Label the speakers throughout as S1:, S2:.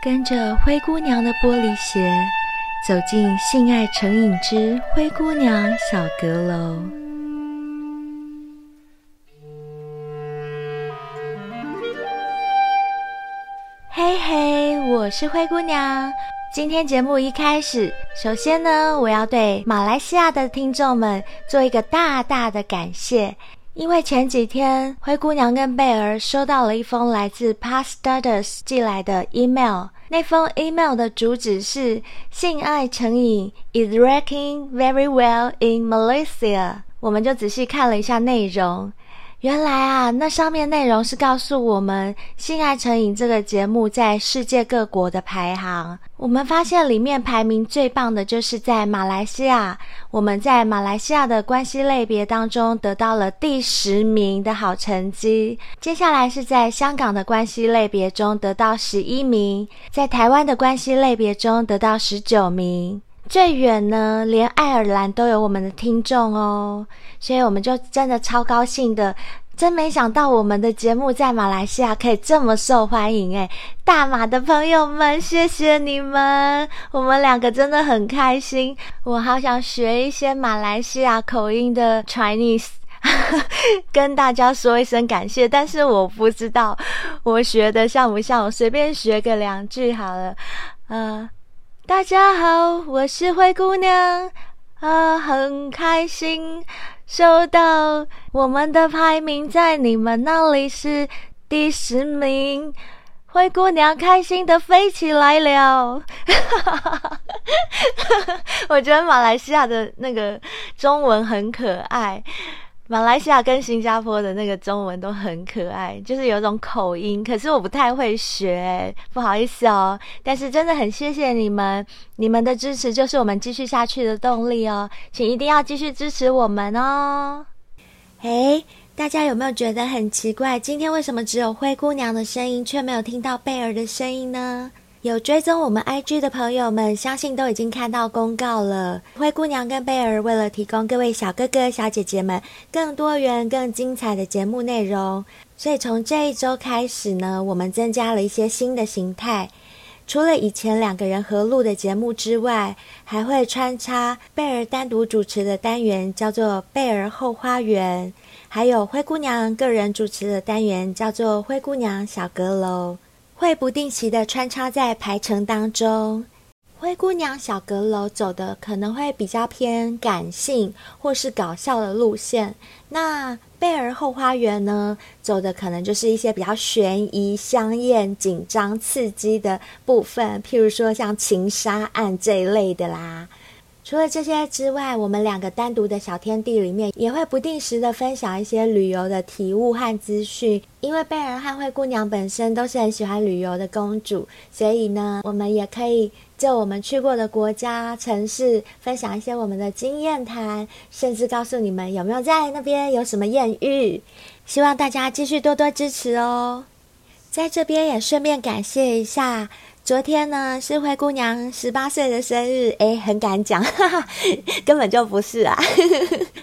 S1: 跟着灰姑娘的玻璃鞋，走进性爱成瘾之灰姑娘小阁楼。嘿嘿，我是灰姑娘。今天节目一开始，首先呢，我要对马来西亚的听众们做一个大大的感谢，因为前几天灰姑娘跟贝儿收到了一封来自 Past Studies 寄来的 email，那封 email 的主旨是“性爱成瘾 is working very well in Malaysia”，我们就仔细看了一下内容。原来啊，那上面内容是告诉我们《性爱成瘾》这个节目在世界各国的排行。我们发现里面排名最棒的就是在马来西亚，我们在马来西亚的关系类别当中得到了第十名的好成绩。接下来是在香港的关系类别中得到十一名，在台湾的关系类别中得到十九名。最远呢，连爱尔兰都有我们的听众哦，所以我们就真的超高兴的，真没想到我们的节目在马来西亚可以这么受欢迎哎诶，大马的朋友们，谢谢你们，我们两个真的很开心，我好想学一些马来西亚口音的 Chinese。跟大家说一声感谢，但是我不知道我学的像不像，我随便学个两句好了，呃。大家好，我是灰姑娘，啊，很开心收到我们的排名在你们那里是第十名，灰姑娘开心的飞起来了。 我觉得马来西亚的那个中文很可爱，马来西亚跟新加坡的那个中文都很可爱，就是有一种口音，可是我不太会学，不好意思哦。但是真的很谢谢你们，你们的支持就是我们继续下去的动力哦，请一定要继续支持我们哦。嘿，大家有没有觉得很奇怪？今天为什么只有灰姑娘的声音，却没有听到贝儿的声音呢？有追踪我们 IG 的朋友们，相信都已经看到公告了。灰姑娘跟贝儿为了提供各位小哥哥、小姐姐们更多元、更精彩的节目内容，所以从这一周开始呢，我们增加了一些新的形态。除了以前两个人合录的节目之外，还会穿插贝儿单独主持的单元，叫做“贝儿后花园”，还有灰姑娘个人主持的单元，叫做“灰姑娘小阁楼”，会不定期的穿插在排程当中。灰姑娘小阁楼走的可能会比较偏感性或是搞笑的路线，那贝尔后花园呢，走的可能就是一些比较悬疑、香艳、紧张、刺激的部分，譬如说像情杀案这一类的啦。除了这些之外，我们两个单独的小天地里面也会不定时的分享一些旅游的体悟和资讯。因为贝尔和灰姑娘本身都是很喜欢旅游的公主，所以呢，我们也可以就我们去过的国家、城市分享一些我们的经验谈，甚至告诉你们有没有在那边有什么艳遇。希望大家继续多多支持哦。在这边也顺便感谢一下，昨天呢是灰姑娘十八岁的生日，诶，很敢讲，哈哈，根本就不是啊。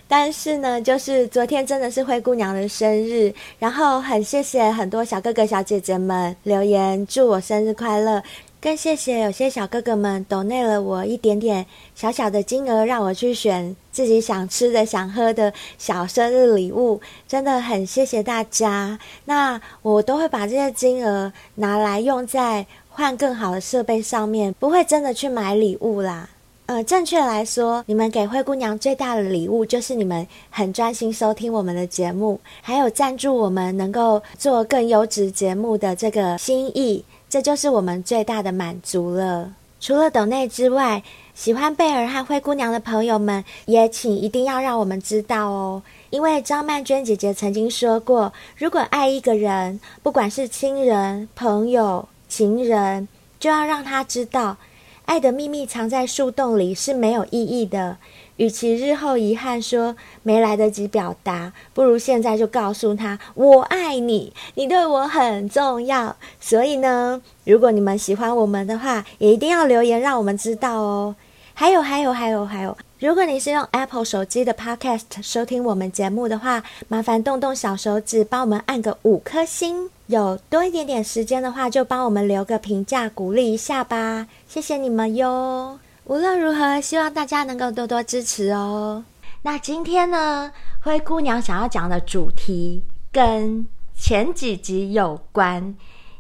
S1: 但是呢，就是昨天真的是灰姑娘的生日，然后很谢谢很多小哥哥小姐姐们留言祝我生日快乐，更谢谢有些小哥哥们抖内了我一点点小小的金额，让我去选自己想吃的、想喝的小生日礼物，真的很谢谢大家。那我都会把这些金额拿来用在换更好的设备上面，不会真的去买礼物啦。呃，正确来说，你们给灰姑娘最大的礼物就是你们很专心收听我们的节目，还有赞助我们能够做更优质节目的这个心意，这就是我们最大的满足了。除了抖内之外，喜欢贝尔和灰姑娘的朋友们，也请一定要让我们知道哦。因为张曼娟姐姐曾经说过，如果爱一个人，不管是亲人、朋友、情人，就要让他知道，爱的秘密藏在树洞里是没有意义的。与其日后遗憾说没来得及表达，不如现在就告诉他我爱你，你对我很重要。所以呢，如果你们喜欢我们的话，也一定要留言让我们知道哦。还有，还有，还有，还有，如果你是用 Apple 手机的 Podcast 收听我们节目的话，麻烦动动小手指帮我们按个五颗星。有多一点点时间的话，就帮我们留个评价，鼓励一下吧，谢谢你们哟。无论如何，希望大家能够多多支持哦。那今天呢，灰姑娘想要讲的主题跟前几集有关，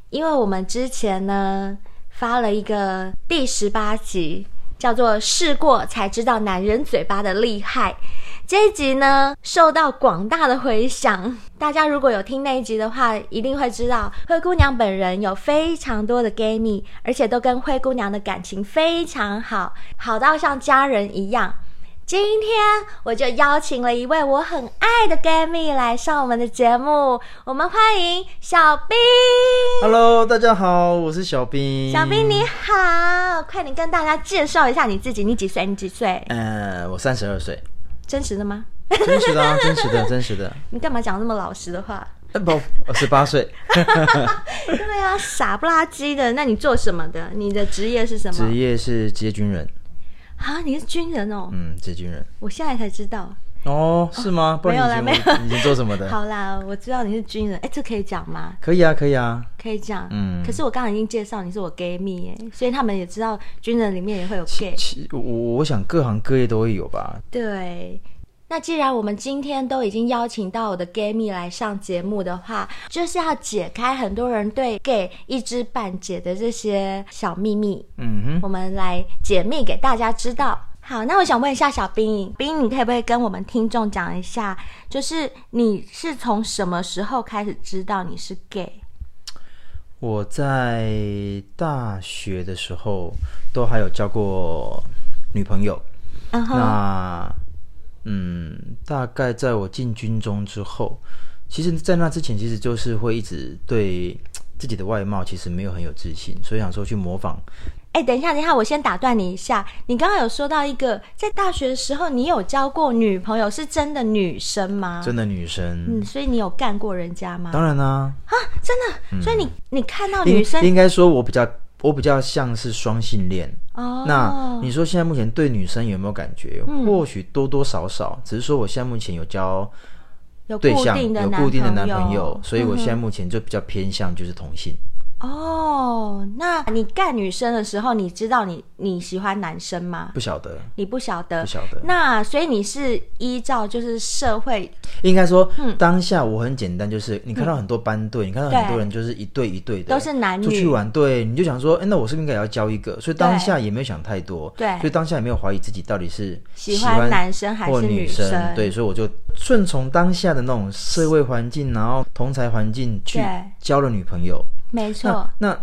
S1: 因为我们之前呢发了一个第十八集，叫做《试过才知道男人嘴巴的厉害》。这一集呢，受到广大的回响。大家如果有听那一集的话，一定会知道灰姑娘本人有非常多的 gay 蜜，而且都跟灰姑娘的感情非常好，好到像家人一样。今天我就邀请了一位我很爱的 gay 蜜来上我们的节目，我们欢迎小兵。
S2: Hello，大家好，我是小兵。
S1: 小兵你好，快点跟大家介绍一下你自己，你几岁？你几岁？
S2: 呃，我三十二岁，
S1: 真实的吗？
S2: 真实的、啊， 真实的，真实的。
S1: 你干嘛讲那么老实的话？
S2: 哎、不，我十八 岁，
S1: 对啊，傻不拉几的。那你做什么的？你的职业是什
S2: 职
S1: 么？
S2: 业是职业军人。
S1: 啊，你是军人哦！
S2: 嗯，职业军人。
S1: 我现在才知道。
S2: 哦，是吗？不然你
S1: 没
S2: 以
S1: 有啦
S2: 前你以前做什么的？
S1: 好啦，我知道你是军人。哎，这可以讲吗？
S2: 可以啊，可以啊。
S1: 可以讲。
S2: 嗯
S1: 可是我刚刚已经介绍你是我 gay 蜜哎，所以他们也知道军人里面也会有 gay。
S2: 其我我想各行各业都会有吧。
S1: 对。那既然我们今天都已经邀请到我的 gay 蜜来上节目的话，就是要解开很多人对 gay 一知半解的这些小秘密。
S2: 嗯
S1: 我们来解密给大家知道。好，那我想问一下小兵，兵你可不可以跟我们听众讲一下，就是你是从什么时候开始知道你是 gay？
S2: 哼，我在大学的时候都还有交过女朋友。
S1: 嗯哼，
S2: 那嗯，大概在我进军中之后，其实，在那之前，其实就是会一直对自己的外貌其实没有很有自信，所以想说去模仿。
S1: 哎，等一下，等一下，我先打断你一下。你刚刚有说到一个，在大学的时候你有交过女朋友，是真的女生吗？
S2: 真的女生，
S1: 啊嗯，所以你有干过人家吗？
S2: 当然啦、嗯
S1: 啊，真的，所以你你看到
S2: 应
S1: 哦女生
S2: 应该说我比较我比较像是双性恋。
S1: 哦，嗯
S2: 那你说现在目前对女生有没有感觉？或许多多少少，只是说我现在目前有交
S1: 有
S2: 对
S1: 固
S2: 象，
S1: 定的
S2: 有
S1: 男
S2: 固定的男
S1: 朋嗯
S2: 朋友，所以我现在目前就比较偏向就是同性。
S1: 哦，那你干女生的时候，你知道你你喜欢男生吗？
S2: 不晓得，
S1: 你不晓得，
S2: 不晓得。
S1: 那所以你是依照就是社会
S2: 应该说，
S1: 嗯
S2: 当下我很简单，就是你看到很多班队，你看到很多人就是一对一对的，
S1: 都是男女
S2: 出去玩，对，你就想说，哎、那我是不是应该也要交一个？所以当下也没有想太多，
S1: 对
S2: 所以当下也没有怀疑自己到底是
S1: 喜
S2: 欢
S1: 欢男生还
S2: 或
S1: 是
S2: 女
S1: 生，
S2: 对，所以我就顺从当下的那种社会环境，然后同才环境去
S1: 对
S2: 交了女朋友。
S1: 没错
S2: 那，那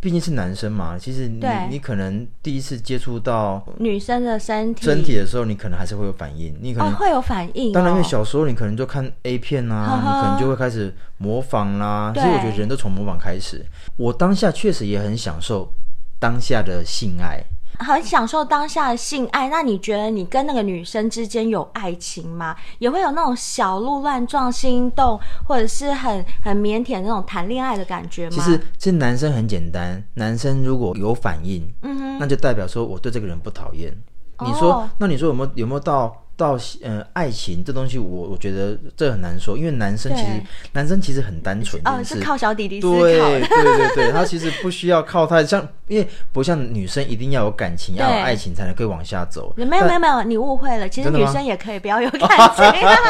S2: 毕竟是男生嘛，其实你
S1: 对嗯
S2: 你可能第一次接触到
S1: 女生的身体
S2: 身体的时候，你可能还是会有反应，你可
S1: 哦
S2: 能
S1: 会有反应、哦，
S2: 当然，因为小时候你可能就看 A 片
S1: 呵
S2: 啊，
S1: 呵
S2: 你可能就会开始模仿啦。
S1: 对
S2: 所以我觉得人都从模仿开始。我当下确实也很享受当下的性爱，
S1: 很享受当下的性爱。那你觉得你跟那个女生之间有爱情吗？也会有那种小鹿乱撞、心动，或者是很很腼腆的那种谈恋爱的感觉吗？
S2: 其实这男生很简单，男生如果有反应，
S1: 嗯哼，
S2: 那就代表说我对这个人不讨厌。
S1: 哦
S2: 你说，那你说有没有有没有到到呃爱情这东西我？我觉得这很难说，因为男生其实
S1: 对
S2: 男生其实很单纯，
S1: 哦，
S2: 也
S1: 是靠小弟弟思考
S2: 嗯对
S1: 的
S2: 对。对对，他其实不需要靠太像，因为不像女生一定要有感情，
S1: 对
S2: 要有爱情才能可以往下走。
S1: 没有没有没有，你误会了。其实
S2: 真的
S1: 女
S2: 吗
S1: 生也可以不要有感 情，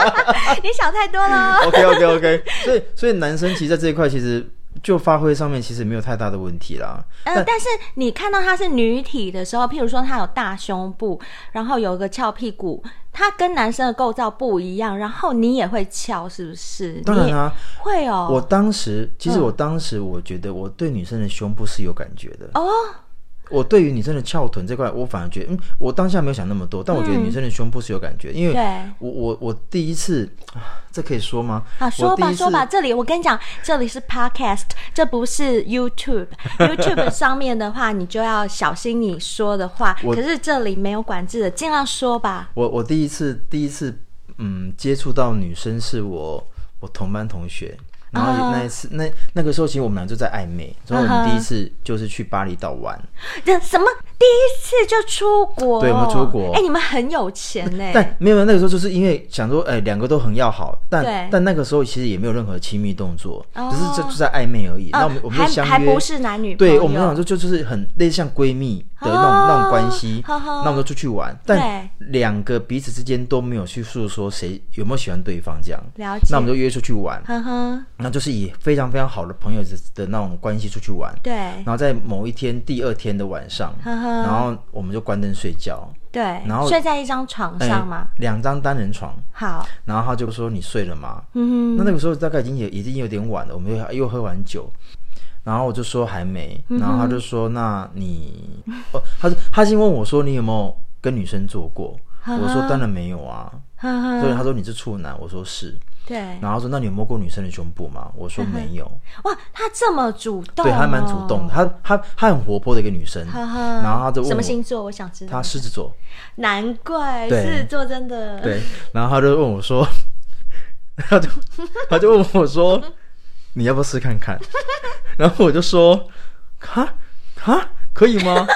S1: 你想太多了。
S2: OK OK OK，所 以所以男生其实在这一块其实就发挥上面其实没有太大的问题啦。
S1: 呃，但是你看到她是女体的时候，譬如说她有大胸部，然后有一个翘屁股，她跟男生的构造不一样，然后你也会翘，是不是？
S2: 当然啊，
S1: 你也会哦。
S2: 我当时其实
S1: 嗯
S2: 我当时我觉得我对女生的胸部是有感觉的。
S1: 哦，
S2: 我对于女生的翘臀这块，我反而觉得，嗯，我当下没有想那么多，但我觉得
S1: 嗯
S2: 女生的胸部是有感觉，因为
S1: 对
S2: 我我我第一次，啊这可以说吗？
S1: 啊，说
S2: 我第
S1: 吧
S2: 一次
S1: 说吧，这里我跟你讲，这里是 podcast，这不是 YouTube。YouTube 上面的话，你就要小心你说的话。
S2: 我
S1: 可是这里没有管制的，尽量说吧。
S2: 我我第一次第一次嗯接触到女生是我我同班同学，然后
S1: 啊
S2: 那一次、那那个时候其实我们俩就在暧昧，所以我
S1: 啊
S2: 们
S1: 哈
S2: 第一次就是去巴厘岛玩，
S1: 这什么？第一次就出国，
S2: 对我们出国
S1: 哎、你们很有钱哎、
S2: 但没有那个时候，就是因为想说，哎、两个都很要好，
S1: 对
S2: 但但那个时候其实也没有任何亲密动作，
S1: 哦
S2: 只是这就在暧昧而已。那、
S1: 呃
S2: 我们我们
S1: 还
S2: 就相约，
S1: 还不是男女朋友
S2: 对，我们想说就就是很类似像闺蜜的那种、
S1: 哦
S2: 那种关系。
S1: 呵呵
S2: 那我们就出去玩，但两个彼此之间都没有去诉说谁有没有喜欢对方这样。
S1: 了解
S2: 那我们就约出去玩，
S1: 呵呵，
S2: 那就是以非常非常好的朋友的那种关系出去玩。
S1: 对
S2: 然后在某一天第二天的晚上，
S1: 呵呵
S2: 然后我们就关灯睡觉，
S1: 对，
S2: 然后
S1: 睡在一张床
S2: 哎
S1: 哦上吗？
S2: 两张单人床。
S1: 好，
S2: 然后他就说：“你睡了吗？”
S1: 嗯
S2: 那那个时候大概已经也已经有点晚了，我们又又喝完酒，然后我就说还没，
S1: 嗯
S2: 然后他就说：“那你……哦，他是他先问我说你有没有跟女生做过？”我说：“当然没有啊。”
S1: 呵呵，
S2: 所以他说：“你是处男？”我说：“是。
S1: 嗯对”，
S2: 然后他说：“那你有摸过女生的胸部吗？”我说：“没有。
S1: 哇，他这么主动、哦
S2: 对，她还蛮主动的，，她她她很活泼的一个女生。
S1: 呵呵，
S2: 然后她就问
S1: 什么
S2: 我
S1: 星座？我想知道
S2: 她，狮子座，
S1: 难怪
S2: 对
S1: 狮子座真的，
S2: 对，然后他就问我说， 他就他就问我说，你要不要试 看看？然后我就说，哈哈，可以 吗？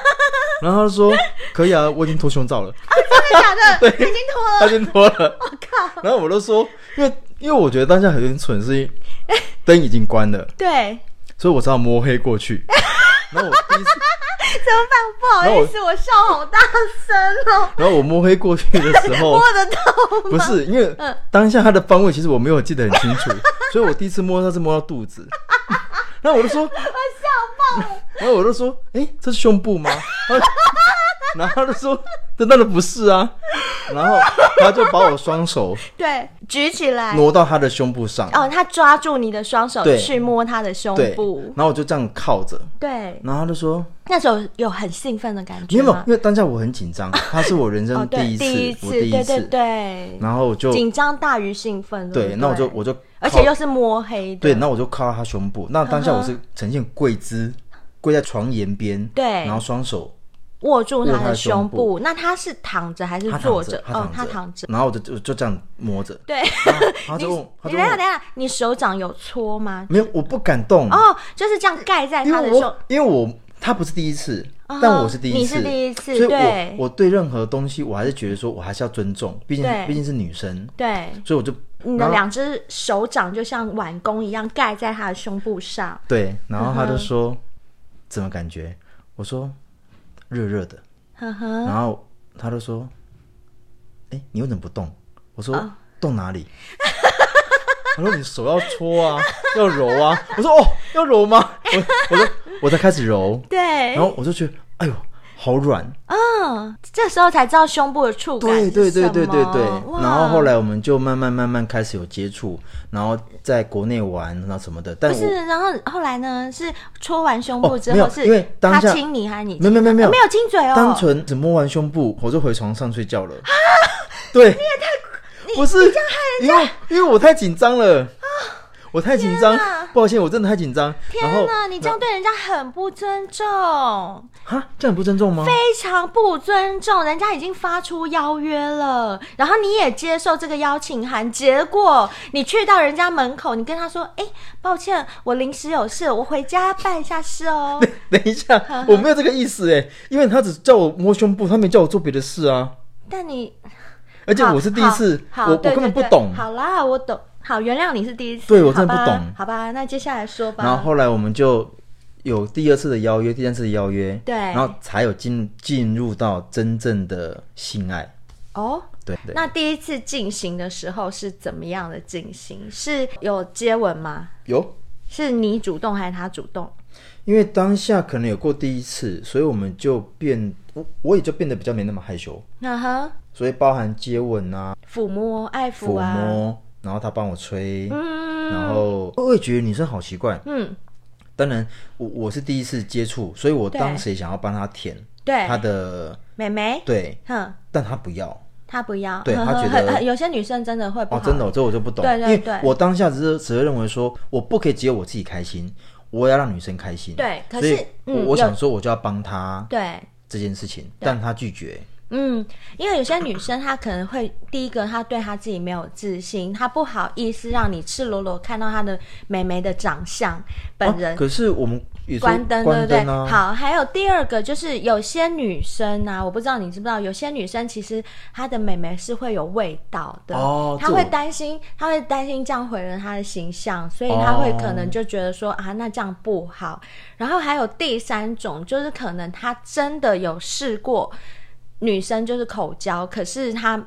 S2: 然后他就说可以啊，我已经脱胸罩了，
S1: 真的 假的？已经啊脱了，
S2: 他先 脱了。我靠！然后我就说，因为因为我觉得当下有点蠢，是因为灯已经关了，
S1: 对，
S2: 所以我只好摸黑过 去。然后我第一次，
S1: 怎么办？不好意思，我笑好大声哦，
S2: 然后我摸黑过去的时候，
S1: 摸得到吗？
S2: 不是，因为
S1: 嗯
S2: 当下他的方位其实我没有记得很清 楚，所以我第一次摸他是摸到肚子， 然后我就说，
S1: 我笑爆了，
S2: 然后我就说，哎、这是胸部吗？ 他就然后他就说，这当然不是啊，然后他就把我 双手
S1: 对，举起来。
S2: 挪到他的胸部上，
S1: 哦，他抓住你的双手
S2: 对
S1: 去摸他的胸
S2: 对，
S1: 部，嗯
S2: 然后我就这样靠着，
S1: 对，
S2: 然后他就说，
S1: 那时候有很兴奋的感
S2: 没
S1: 觉
S2: 有，没有
S1: 吗？
S2: 因为当下我很紧张，他是我人
S1: 哦，
S2: 生
S1: 对，
S2: 一次，
S1: 一
S2: 我
S1: 次，
S2: 第一
S1: 对
S2: 次，
S1: 对对，
S2: 然后我就
S1: 紧张大于兴奋，对不
S2: 对，
S1: 对，
S2: 那我就我就靠，
S1: 而且又是摸黑的，
S2: 对，那我就靠到他胸部。那当
S1: 嗯
S2: 下
S1: 哼
S2: 我是呈现跪姿，跪在床沿边，
S1: 对
S2: 然后双手
S1: 握住他
S2: 握他
S1: 的
S2: 的
S1: 胸
S2: 胸部
S1: 部，那他是躺着还是
S2: 他
S1: 坐
S2: 躺着，
S1: 哦，他
S2: 他
S1: 躺
S2: 躺
S1: 着，
S2: 然后我就就就这样摸 着，
S1: 对。
S2: 然后他
S1: 你
S2: 就问，他
S1: 你
S2: 就
S1: 等一
S2: 问
S1: 下等
S2: 我，
S1: 一下，你手掌有搓吗？
S2: 没有，我不敢动，
S1: 哦，就是这样盖在
S2: 因
S1: 他的
S2: 为
S1: 手
S2: 我因为我他不是第一次
S1: 啊哈。
S2: 但我是第一次，
S1: 你是第一次
S2: 所以
S1: 对
S2: 我我对任何东西我还是觉得说，我还是要尊重，毕竟
S1: 对
S2: 毕竟是女生，
S1: 对，
S2: 所以我就
S1: 你的
S2: 然后
S1: 两只手掌就像碗弓一样盖在他的胸部上，
S2: 对，然后
S1: 嗯
S2: 他就说怎么感觉？我说热热的，
S1: 呵呵，
S2: 然后他就说：“哎、你为什么不动？”我说：“
S1: 嗯
S2: 动哪里？” 他说：“你手要搓啊，要揉啊。”我说：“哦，要揉吗？”我我说我才开始揉，
S1: 对
S2: 然，后我就觉得哎呦，好软。
S1: 嗯，这时候才知道胸部的触感
S2: 对
S1: 是
S2: 对对
S1: 什
S2: 对对
S1: 么
S2: 对。
S1: 哇
S2: 然后后来我们就慢慢慢慢开始有接触，然后在国内玩然后什么的，但
S1: 不
S2: 我
S1: 是，然后后来呢？是戳完胸部
S2: 哦
S1: 之
S2: 没
S1: 后
S2: 有
S1: 是
S2: 因为当
S1: 他
S2: 下
S1: 亲你还是你
S2: 没有没有没有没
S1: 有
S2: 有
S1: 没有亲嘴哦，啊
S2: 单纯只摸完胸部，我就回床上睡觉了。 对，你也太，不是，因为因为我太紧张了，我太紧张，抱歉，我真的太紧张。然后
S1: 啊天哪，你这样对人家很不尊重，
S2: 哈，这样很不尊重吗？
S1: 非常不尊重。人家已经发出邀约了，然后你也接受这个邀请函，结果你去到人家门口，你跟他说：“哎，抱歉，我临时有事，我回家办一下事 哦。
S2: 等一下，我没有这个意思哎，因为他只叫我摸胸部，他没叫我做别的事啊。”
S1: 但你
S2: 而且
S1: 好
S2: 我是第一次，
S1: 好好
S2: 我我
S1: 对
S2: 根本
S1: 对
S2: 不
S1: 对
S2: 懂。
S1: 好啦，我懂。好，原谅你是第一次，
S2: 对我真的
S1: 好吧
S2: 不懂
S1: 好吧，那接下来说吧。
S2: 然后后来我们就有第二次的邀约，第三次的邀约，
S1: 对
S2: 然后才有进进入到真正的性爱。
S1: 哦，
S2: 对对，
S1: 那第一次进行的时候是怎么样的进行？是有接吻吗？
S2: 有。
S1: 是你主动还是他主动？
S2: 因为当下可能有过第一次，所以我们就变，我我也就变得比较没那么害羞，
S1: 啊哈，
S2: 所以包含接吻啊、
S1: 抚摸、爱
S2: 抚
S1: 抚啊，
S2: 摸，然后他帮我吹，
S1: 嗯
S2: 然后我也觉得女生好奇怪。
S1: 嗯，
S2: 当然，我我是第一次接触，所以我当时也想要帮他舔
S1: 对
S2: 他，的，
S1: 妹妹，
S2: 对，
S1: 哼，
S2: 但他不要
S1: 他不要，
S2: 对
S1: 呵呵
S2: 他觉得
S1: 很很有些女生真的会不
S2: 哦
S1: 好，，
S2: 真的哦、这我就不懂，
S1: 对对
S2: 因
S1: 对
S2: 为我当下只是只会认为说，我不可以只有我自己开心，我要让女生开心，
S1: 对可
S2: 所以
S1: 是
S2: 我、
S1: 嗯
S2: 我
S1: 有
S2: 想说我就要帮他
S1: 对。
S2: 这件事情，但他拒绝，
S1: 嗯，因为有些女生她可能会第一个，她对她自己没有自信，她不好意思让你赤裸裸看到她的美眉的长相本人。
S2: 啊可是我们也说
S1: 关灯，对
S2: 关
S1: 不对？
S2: 灯啊，
S1: 好，还有第二个就是有些女生啊，我不知道你知不知道，有些女生其实她的美眉是会有味道的，
S2: 哦
S1: 她
S2: 这
S1: 会
S2: 我
S1: 担心，她会担心这样毁了她的形象，所以她会
S2: 哦
S1: 可能就觉得说、啊，那这样不好。然后还有第三种，就是可能她真的有试过女生就是口交，可是她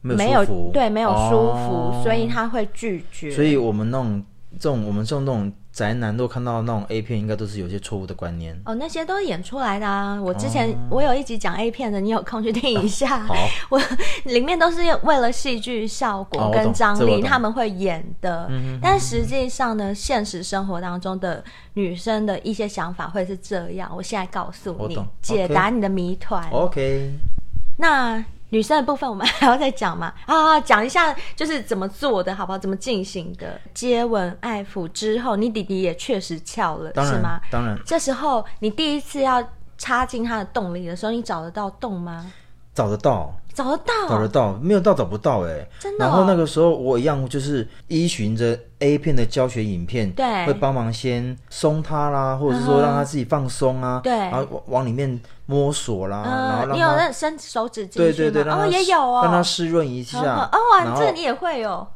S1: 没
S2: 没有舒服
S1: 对没有舒服，
S2: 哦
S1: 所以她会拒绝。
S2: 所以我们那种这种我们这种那种宅男，都看到那种 A 片，应该都是有些错误的观念。
S1: 哦，那些都是演出来的啊！我之前、我有一集讲 A 片的，你有空去听一下。
S2: 哦 好
S1: 我里面都是为了戏剧效
S2: 哦
S1: 果
S2: 我
S1: 跟
S2: 懂嗯
S1: 张
S2: 这我
S1: 力，
S2: 懂
S1: 他们会演的。但实际上呢，现实生活当中的女生的一些想法会是这样。我现在告诉
S2: 我
S1: 你
S2: 懂，
S1: 解
S2: OK 哦
S1: 答你的谜团。
S2: ，OK，
S1: 那女生的部分我们还要再讲嘛？ 啊，讲一下就是怎么做的，好不好？怎么进行的？接吻、爱抚之后，你弟弟也确实翘了，
S2: 当
S1: 是吗
S2: 然？当然
S1: 这时候你第一次要插进它的洞里的时候，你找得到洞吗？
S2: 找得到，
S1: 找得到，啊
S2: 找得到，没有到找不到哎、
S1: 哦真的哦
S2: 然后那个时候我一样就是依循着 A 片的教学影片，
S1: 对嗯
S2: 会帮忙先松它啦，或者是说让它自己放松啊，
S1: 对
S2: 然后往往里面摸索啦，然后
S1: 嗯，
S2: 让
S1: 你有
S2: 它
S1: 那伸手指进去
S2: 对
S1: 吗？
S2: 对对，让它
S1: 哦，也有哦，
S2: 让它湿润一下。
S1: 嗯哦哇，
S2: 然
S1: 这
S2: 后
S1: 个你也会哦，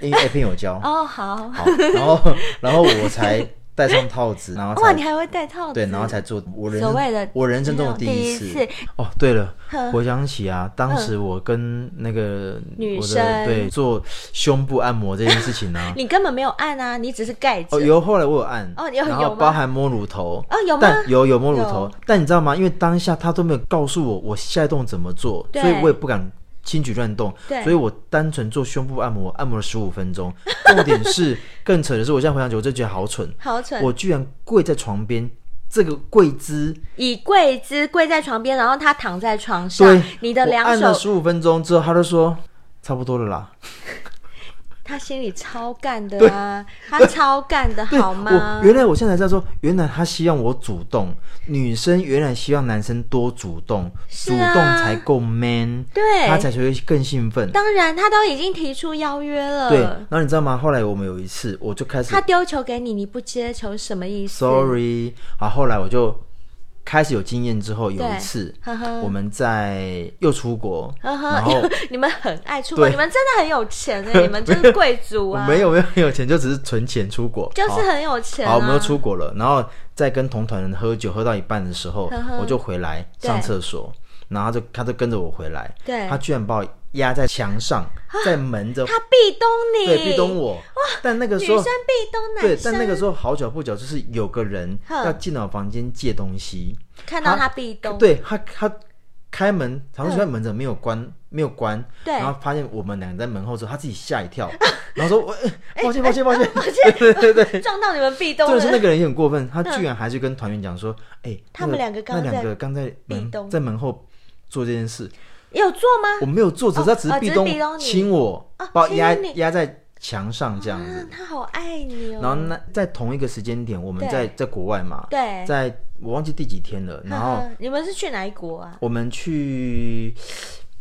S2: 因为 A 片有教，
S1: 哦好，
S2: 好，然后然后我才戴上套子，然后才
S1: 哇，你还会戴套子，
S2: 对，然后才做我人
S1: 所
S2: 生
S1: 谓的
S2: 我人生中的
S1: 第
S2: 一
S1: 次，
S2: 哦，对了
S1: 呵，嗯
S2: 我想起啊，当时我跟那个
S1: 女
S2: 我的
S1: 生，
S2: 对做胸部按摩这件事情呢、啊
S1: 你根本没有按啊， 你只是盖着
S2: 哦，有后来我有按，
S1: 哦你有
S2: 然
S1: 有
S2: 后
S1: 吗
S2: 包含摸乳头，
S1: 哦有吗
S2: 但有有摸乳
S1: 有
S2: 头，但你知道吗？因为当下他都没有告诉我我下一动怎么做，
S1: 对
S2: 所以我也不敢。轻举乱动
S1: 对，
S2: 所以我单纯做胸部按摩，按摩了十五分钟。重点 是更扯的是，我现在回想起来，我真的觉得好蠢，
S1: 好蠢，
S2: 我居然跪在床边，这个跪姿
S1: 以跪姿跪在床边，然后他躺在床上
S2: 对，，
S1: 你的
S2: 我
S1: 两
S2: 按了
S1: 手，
S2: 十五分钟之后，他就说差不多了啦。
S1: 他心里超干的啊，他超干的好吗
S2: 我？原来我现在才知道说，原来他希望我主动，女生原来希望男生多主动，
S1: 是
S2: 主
S1: 啊
S2: 动才够 man，
S1: 对
S2: 他才会更兴奋。
S1: 当然，他都已经提出邀约了，
S2: 对，然后你知道吗？后来我们有一次，我就开始
S1: 嗯他丢球给你，你不接球，什么意思
S2: sorry，好，后来我就开始有经验之后，有
S1: 对
S2: 一次
S1: 呵呵
S2: 我们在又出国，
S1: 呵呵
S2: 然后
S1: 你们很爱出国，
S2: 对
S1: 你们真的很有钱 哎、你们就是贵族
S2: 我
S1: 啊，
S2: 没有没有没有钱，就只是存钱出国，
S1: 就
S2: 好
S1: 是很有钱、啊。
S2: 好，我们又出国了，然后在跟同团人喝酒，喝到一半的时候，
S1: 呵呵
S2: 我就回来
S1: 嗯对
S2: 上厕所，然后他就他就跟着我回来，
S1: 对啊
S2: 他居然把我压在墙上，在门着，
S1: 他壁咚你，
S2: 对，壁咚我。但那个
S1: 女
S2: 时
S1: 生
S2: 候，
S1: 壁咚男生，
S2: 对，但那个时候好巧不巧，就是有个人
S1: 哼
S2: 要进到我房间借东西，
S1: 看到
S2: 他
S1: 他壁咚，
S2: 对他他开门，常常在门着没有关，没有关，
S1: 嗯对
S2: 然后发现我们两个在门后之后，他自己吓一跳，然后 说：“我哎抱歉，抱歉，抱歉，抱歉。”对对对。
S1: 撞到你们壁咚
S2: 重点是那
S1: 了。嗯
S2: 个人也很过分，他居然还去跟团员讲说：“哎、
S1: 他们两
S2: 那
S1: 个
S2: 个
S1: 刚
S2: 那两个刚在
S1: 壁
S2: 门
S1: 咚
S2: 在门后做这件事，
S1: 有做吗？
S2: 我没有做，只是他只
S1: 哦
S2: 是
S1: 只
S2: 壁
S1: 是
S2: 咚
S1: 壁咚你
S2: 亲我
S1: 哦，
S2: 把我
S1: 亲
S2: 压
S1: 你
S2: 压在墙上这样
S1: 啊
S2: 子。，
S1: 他好爱你哦。
S2: 然后那在同一个时间点，我们
S1: 对
S2: 在在国外嘛，
S1: 对
S2: 在我忘记第几天了，然后
S1: 呵呵你们是去哪一国啊？
S2: 我们去。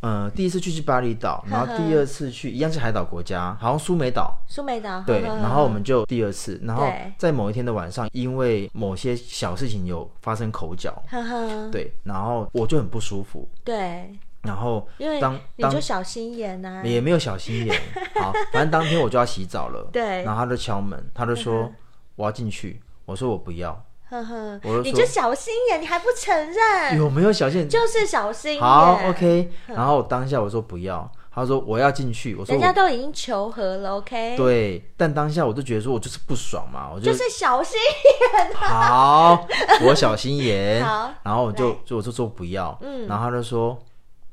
S2: 呃，第一次去是巴厘岛，
S1: 嗯
S2: 然后第二次去一样是海岛国家，好像苏梅岛，
S1: 苏梅岛。
S2: 对，
S1: 呵呵
S2: 然后我们就第二次，然后
S1: 嗯对
S2: 在某一天的晚上，因为某些小事情有发生口角，
S1: 呵呵，
S2: 对，然后我就很不舒服，
S1: 对，
S2: 然后
S1: 因为
S2: 当
S1: 你
S2: 当
S1: 就小心眼呐、啊。
S2: 也没有小心 眼，好，反正当天我就要洗澡了，
S1: 对嗯
S2: 然后他就敲门，他就说我要进去，我说我不要，
S1: 呵呵
S2: 我就，说
S1: 你就小心眼，你还不承认，
S2: 有没有小心眼？
S1: 就是小心眼。
S2: 好，OK，然后当下我说不要，他说我要进去，我
S1: 嗯
S2: 说
S1: 人家
S2: 我
S1: 都已经求和了，OK？，
S2: 对，但当下我就觉得说我就是不爽嘛，我就
S1: 就是小心。
S2: 好，我小心眼。
S1: 好嗯
S2: 然后我就就我就说不要，然后他就说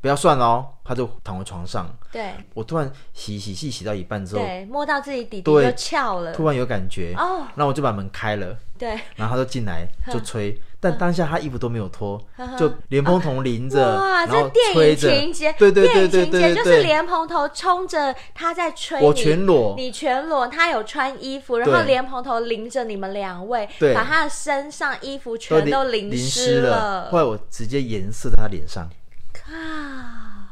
S2: 不要算喽，他就躺回床上。
S1: 对
S2: 我突然洗洗洗洗到一半之后，
S1: 对，摸到自己底底
S2: 对
S1: 就翘了。
S2: 突然有感觉，
S1: 哦，嗯
S2: 那我就把门开了，
S1: 对，
S2: 然后他就进来就吹，但当下他衣服都没有脱，就连风筒淋着，
S1: 嗯啊哇，
S2: 然
S1: 这
S2: 后
S1: 电
S2: 吹
S1: 影
S2: 着
S1: 情节，，
S2: 对对对
S1: 电
S2: 对
S1: 影情节
S2: 对
S1: 就
S2: 对
S1: 是
S2: 对，
S1: 莲蓬头冲着他在吹
S2: 我
S1: 你
S2: 全裸。
S1: 你全裸，他有穿衣服，然后
S2: 对
S1: 莲蓬头淋着你们两位，
S2: 对
S1: 把他的身上衣服全都
S2: 淋淋
S1: 湿
S2: 了，后来我直接颜色在他脸上，
S1: 啊，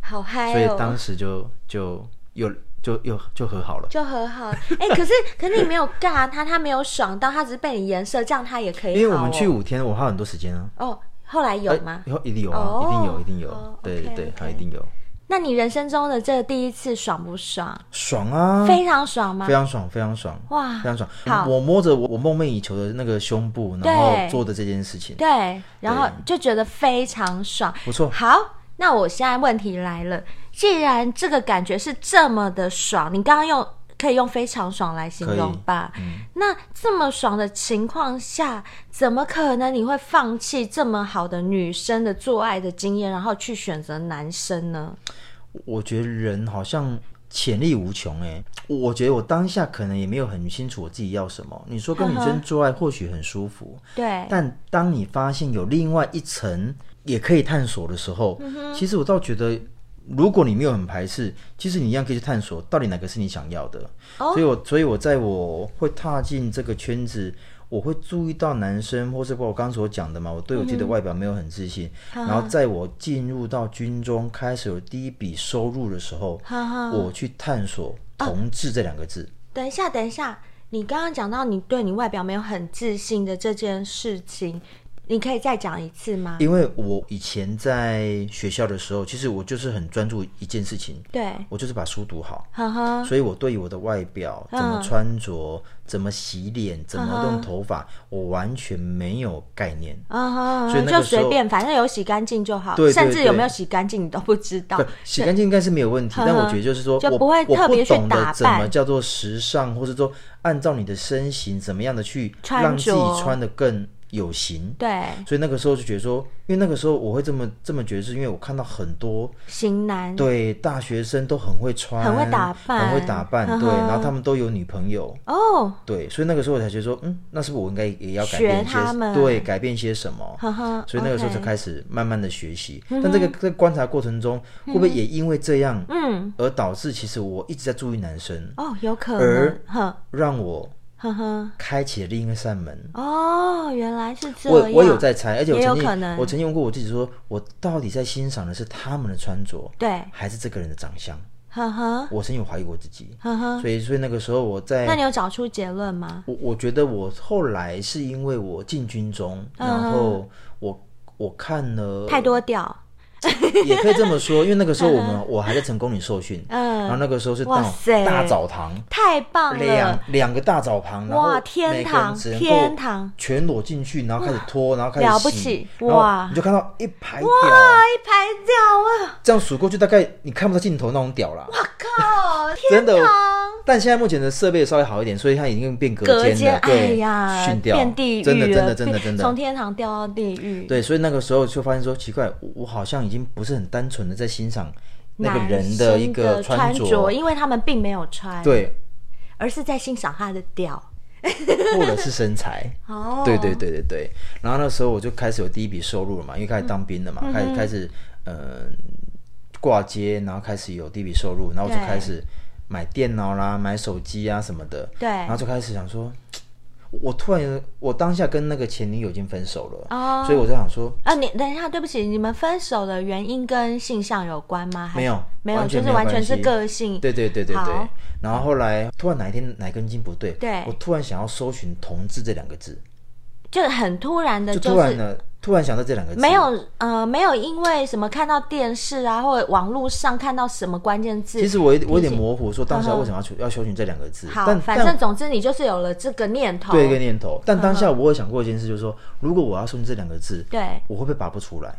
S1: 好嗨
S2: 所以
S1: 哦！
S2: 当时就就又就就又就和好了。
S1: 就和好。哎、可是 可是你没有尬他，他没有爽到，他只是被你颜色，这样他也可以、哦。
S2: 因为我们去五天，我还有很多时间啊。
S1: 哦，后来有吗？
S2: 以后一定有啊，
S1: 哦
S2: 一定有，一定有
S1: 哦，
S2: 对对
S1: OK，
S2: 对
S1: OK，
S2: 还一定有，
S1: 那你人生中的这个第一次爽不爽？
S2: 爽啊，
S1: 非常爽吗
S2: 非？常爽，非常爽，
S1: 哇
S2: 非，常爽
S1: 好！
S2: 我摸着我我梦寐以求的那个胸部，然后做的这件事情，
S1: 对，然后就觉得非常爽。
S2: 不错。
S1: 好，那我现在问题来了，既然这个感觉是这么的爽，你刚刚用可以用非常爽来形容吧？那这么爽的情况下，怎么可能你会放弃这么好的女生的做爱的经验，然后去选择男生呢？
S2: 我觉得人好像潜力无穷哎、我觉得我当下可能也没有很清楚我自己要什么。你说跟女生做爱或许很舒服，
S1: 对，
S2: 但当你发现有另外一层也可以探索的时候，其实我倒觉得，如果你没有很排斥，其实你一样可以去探索到底哪个是你想要的。
S1: 哦
S2: 所以我所以我在我会踏进这个圈子。我会注意到男生，或是包括我刚所讲的嘛，我对我自己的外表没有很自信。然后在我进入到军中，开始有第一笔收入的时候，
S1: 哈哈
S2: 我去探索“同志”这两个字。
S1: 等一下，等一下，你刚刚讲到你对你外表没有很自信的这件事情，你可以再讲一次吗？
S2: 因为我以前在学校的时候，其实我就是很专注一件事情，
S1: 对，
S2: 我就是把书读好。
S1: 呵呵，
S2: 所以我对于我的外表、怎么穿
S1: 嗯
S2: 着、怎么洗脸、怎么弄头发，我完全没有概念。
S1: 嗯哼，
S2: 所以那
S1: 就
S2: 个时候
S1: 随便，反正有洗干净就好，
S2: 对对
S1: 甚至有
S2: 对
S1: 没有洗干净你都不知道
S2: 对，。洗干净应该是没有问题，
S1: 呵呵
S2: 但我觉得就是说，
S1: 嗯就
S2: 我
S1: 不会
S2: 我
S1: 特别
S2: 不
S1: 去
S2: 懂
S1: 打
S2: 得怎么
S1: 扮
S2: 叫做时尚，或者说按照你的身形怎么样的去
S1: 穿
S2: 让自
S1: 着
S2: 己穿的更有型。
S1: 对，
S2: 所以那个时候就觉得说，因为那个时候我会这么这么觉得，是因为我看到很多
S1: 型男，
S2: 对大学生都很会穿，
S1: 很会打扮嗯
S2: 很会打扮，对，
S1: 呵呵
S2: 然后他们都有女朋友，
S1: 哦，
S2: 对，所以那个时候我才觉得说，嗯，那是不是我应该也要改变一
S1: 学
S2: 些
S1: 他们？
S2: 对，改变些什么？
S1: 呵呵，
S2: 所以那个时候才
S1: OK，
S2: 开始慢慢的学习。但这个在观察过程中，会不会也因为这样，
S1: 嗯，
S2: 而导致其实我一直在注意男生，
S1: 哦，有可能
S2: 而，
S1: 呵
S2: 让我
S1: 呵呵，
S2: 开启了另一扇门？
S1: 哦，原来是这
S2: 我
S1: 样，
S2: 我有在猜，而且我
S1: 也有
S2: 曾
S1: 可能
S2: 经我曾经问过我自己说，我到底在欣赏的是他们的穿着，
S1: 对，
S2: 还是这个人的长相？
S1: 呵呵，
S2: 我曾经有怀疑过自己，
S1: 呵呵，
S2: 所以所以那个时候我在
S1: 嗯那你有找出结论吗？
S2: 我我觉得我后来是因为我进军中，然后我我看
S1: 嗯
S2: 了
S1: 太，多屌，
S2: 也可以这么说，因为那个时候我们我还在成功里受训，
S1: 嗯
S2: 然后那个时候是
S1: 哇
S2: 大
S1: 塞
S2: 大澡堂，
S1: 太棒
S2: 两
S1: 了，
S2: 两个大澡堂，然后
S1: 哇天
S2: 每个人
S1: 堂
S2: 只能
S1: 天
S2: 够
S1: 堂
S2: 全裸进去，然后开始脱，然后开始洗
S1: 了不起
S2: 然后
S1: 哇
S2: 你就看到一排屌，
S1: 一排屌啊，
S2: 这样数过去大概你看不到尽头那种屌啦，
S1: 我靠，
S2: 真的
S1: 天堂。
S2: 但现在目前的设备稍微好一点，所以它已经变隔
S1: 隔
S2: 间了，
S1: 哎
S2: 对，
S1: 呀，
S2: 训掉，
S1: 变地狱了，
S2: 真的真的真的
S1: 变
S2: 真的
S1: 从天堂掉到地狱。
S2: 对，所以那个时候就发现说，奇怪，我我好像已经不是很单纯的在欣赏那个人
S1: 的
S2: 一个
S1: 穿
S2: 着，
S1: 因为他们并没有穿，，
S2: 对，
S1: 而是在欣赏他的屌。
S2: 或者是身材。
S1: 哦，
S2: 对对，对对对。然后那时候我就开始有第一笔收入了嘛，因为开始当兵了
S1: 嗯
S2: 嘛，开始开始呃挂街，然后开始有第一笔收入，然后我就
S1: 对
S2: 开始买电脑啦、买手机啊什么的。
S1: 对
S2: 然后就开始想说，我突然我当下跟那个前女友已经分手了，
S1: 哦
S2: 所以我就想说，
S1: 啊，你等一下，对不起，你们分手的原因跟性向有关吗？还是
S2: 没有
S1: 没有，
S2: 完全
S1: 就是
S2: 没有
S1: 完全
S2: 关系
S1: 是个性。
S2: 对对对对对
S1: 好。
S2: 然后后来突然哪一天哪根筋不对，
S1: 对
S2: 我突然想要搜寻“同志”这两个字，
S1: 就很突然的，
S2: 就
S1: 就
S2: 突然
S1: 是
S2: 呢，突然想到这两个字，
S1: 没有呃，没有因为什么看到电视啊，或者网络上看到什么关键字。
S2: 其实我有
S1: 提
S2: 我有点
S1: 醒
S2: 模糊，说当下为什么要求要搜寻这两个字，
S1: 嗯好，
S2: 但
S1: 反正
S2: 但
S1: 总之你就是有了这个念头。
S2: 对一个念头，但当
S1: 嗯
S2: 下我有想过一件事，就是说，如果我要搜寻这两个字，
S1: 对，
S2: 我会不会拔不出来？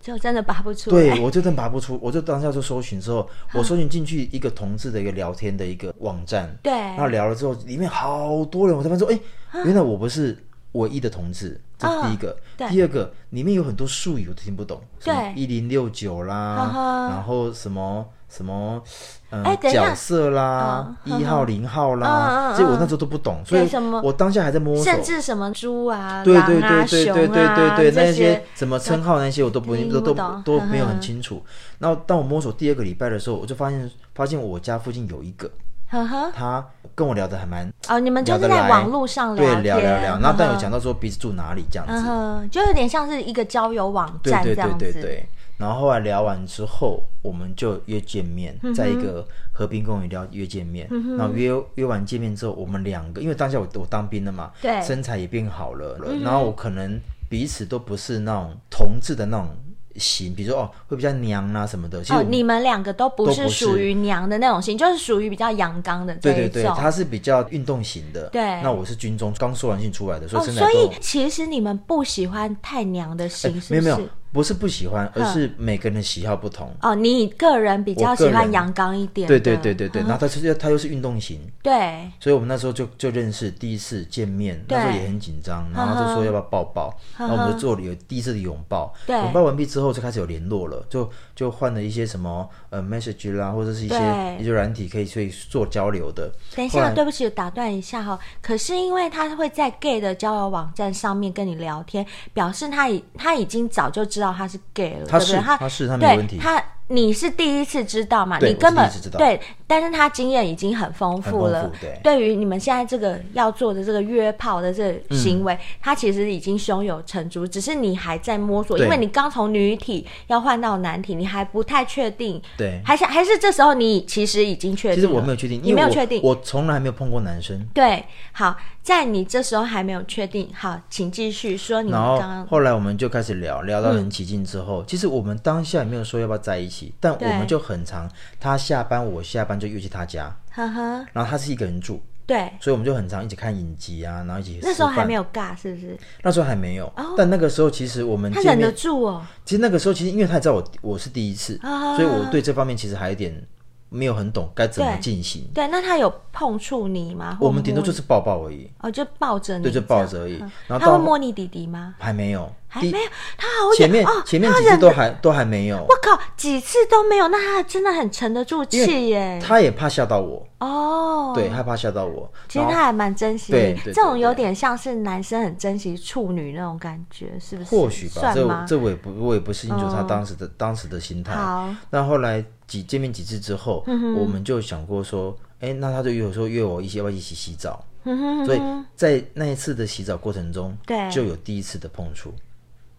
S1: 就真的拔不出来。
S2: 对，我就真拔不出，我就当下就搜寻之后，
S1: 嗯
S2: 我搜寻进去一个同志的一个聊天的一个网站，
S1: 对
S2: 然后聊了之后，里面好多人，我才发现说，哎、
S1: 啊
S2: 原来我不是唯一的同志，这是第一个。
S1: 对
S2: 第二个，里面有很多术语我都听不懂，什么
S1: 对
S2: 一零六九啦
S1: 呵，呵
S2: 然后什么什么，嗯、
S1: 哎等一下啊
S2: 角色啦，一、号零号啦，
S1: 嗯嗯
S2: 所以我那时候都不懂，所
S1: 对
S2: 以
S1: 什么
S2: 我当下还在摸索。
S1: 甚至什么猪啊、
S2: 对
S1: 狼
S2: 对
S1: 啊、
S2: 对对
S1: 熊
S2: 对
S1: 啊
S2: 对对对，那
S1: 这
S2: 些什么称号那些我都不
S1: 听
S2: 都
S1: 不
S2: 都
S1: 懂
S2: 都
S1: 嗯
S2: 没有很
S1: 嗯
S2: 清楚。然后当我摸索第二个礼拜的时候，我就发现发现我家附近有一个，
S1: 呵呵，
S2: 他跟我聊的还蛮
S1: 哦，你们就
S2: 聊
S1: 是
S2: 得
S1: 在
S2: 来，
S1: 网络上
S2: 对
S1: 天，
S2: 聊聊聊，
S1: 呵
S2: 然后但有
S1: 呵
S2: 讲到说彼此住哪里这样
S1: 嗯
S2: 子，
S1: 哼，就有点像是一个交友网
S2: 对
S1: 站
S2: 对
S1: 这样子。
S2: 对对对。然后后来聊完之后，我们就约见面，
S1: 嗯
S2: 在一个河滨公园聊约见面。然后约约完见面之后，我们两个因为当下我我当兵了嘛，
S3: 对
S2: 身材也变好了，
S1: 嗯
S2: 然后我可能彼此都不是那种同志的那种型，比如说哦会比较娘啊什么的。其实我
S1: 哦，
S2: 们
S1: 你们两个都不
S2: 都
S1: 是
S2: 不
S1: 属
S2: 是
S1: 于娘的那种型，就是属于比较阳刚的这
S2: 对
S1: 一种。哦
S2: 对对，他是比较运动型的。
S1: 对
S2: 那我是军中刚说完训出来的，所
S1: 哦，
S2: 以身材都、哎
S1: 所以其实你们不喜欢太娘的型，是
S2: 没有
S1: 不
S2: 没
S1: 是？
S2: 有，不是不喜欢，而是每个人的喜好不同。
S1: 哦，你个人比较
S2: 我个
S1: 喜
S2: 人
S1: 欢阳刚一点的。嗯
S2: 对对对对对，然后他是他又是运动型，
S1: 对
S2: 所以我们那时候就就认识，第一次见面，
S1: 对嗯
S2: 那时候也很紧张，然后他就说要不要抱抱，然后我们就做了有第一次的拥抱，
S1: 对
S2: 拥抱完毕之后就开始有联络了，就就换了一些什么呃 message 啦，或者是一些
S1: 对
S2: 一些软体可以去做交流的。
S1: 等一
S2: 后
S1: 下，
S2: 来
S1: 对不起，打断一下哈、可是因为他会在 gay 的交友网站上面跟你聊天，表示他已他已经早就知道他是 gay 了，
S2: 他
S1: 对不对？
S2: 是
S1: 他
S2: 他是他没有问
S1: 对
S2: 题，
S1: 他你是第一次知道嘛？
S2: 对
S1: 你根本
S2: 我是第一次知道
S1: 对，但是他经验已经很丰富了。
S2: 很丰富对
S1: 于你们现在这个要做的这个约炮的这个行
S2: 嗯
S1: 为，他其实已经胸有成竹，只是你还在摸索，
S2: 对
S1: 因为你刚从女体要换到男体，你还不太确定。
S2: 对
S1: 还是还是这时候你其实已经确定了。
S2: 其实我没有确定，
S1: 你
S2: 因
S1: 没有
S2: 为我
S1: 确定。
S2: 我从来没有碰过男生。
S1: 对，好，在你这时候还没有确定，好，请继续说你
S2: 然
S1: 们
S2: 后
S1: 刚嗯刚
S2: 后来我们就开始聊，聊到很起劲之后，其实我们当下也没有说要不要在一起，但我
S1: 对
S2: 们就很常，他下班我下班就又去他家，
S1: 呵呵，
S2: 然后他是一个人住，
S1: 对，
S2: 所以我们就很常一起看影集啊，然后一起吃
S1: 那时候还
S2: 饭
S1: 没，有尬，是不是？
S2: 那时候还没有，但那个时候其实我们
S1: 他
S2: 见
S1: 忍得
S2: 面，
S1: 住哦，
S2: 其实那个时候其实因为他也知道我我是第一次，
S1: 啊
S2: 所以我对这方面其实还有点没有很懂该怎么
S1: 对
S2: 进行，
S1: 对，那他有碰触你吗？或
S2: 我们顶多
S1: 摸
S2: 就是抱抱而已，
S1: 你哦，就抱着你这样，
S2: 对，就抱着而已，然后
S1: 嗯他会
S2: 到
S1: 摸你弟弟吗？
S2: 还没有，
S1: 还
S2: 第
S1: 没有，他好
S2: 前
S1: 忍
S2: 面
S1: 哦，
S2: 前面
S1: 他
S2: 几次
S1: 忍
S2: 都还都还没有，
S1: 我靠，几次都没有，那他真的很沉得住气耶。
S2: 他也怕吓到我，
S1: 哦，
S2: 对，害怕吓到我。
S1: 其实
S2: 然后
S1: 他还蛮珍惜
S2: 对
S1: 你
S2: 对，对
S1: 这种
S2: 对
S1: 有点像是男生很珍惜处女那种感觉，是不是？
S2: 或许吧，
S1: 算
S2: 这我
S1: 吗？
S2: 这我也不我也不清楚他
S1: 嗯
S2: 当时的、当时的心态。
S1: 好，
S2: 那后来几见面几次之后，
S1: 嗯
S2: 我们就想过说，哎，那他就有时候约我一起要不要一起洗澡，
S1: 嗯哼
S2: 所以在那一次的洗澡过程中，
S1: 对
S2: 就有第一次的碰触，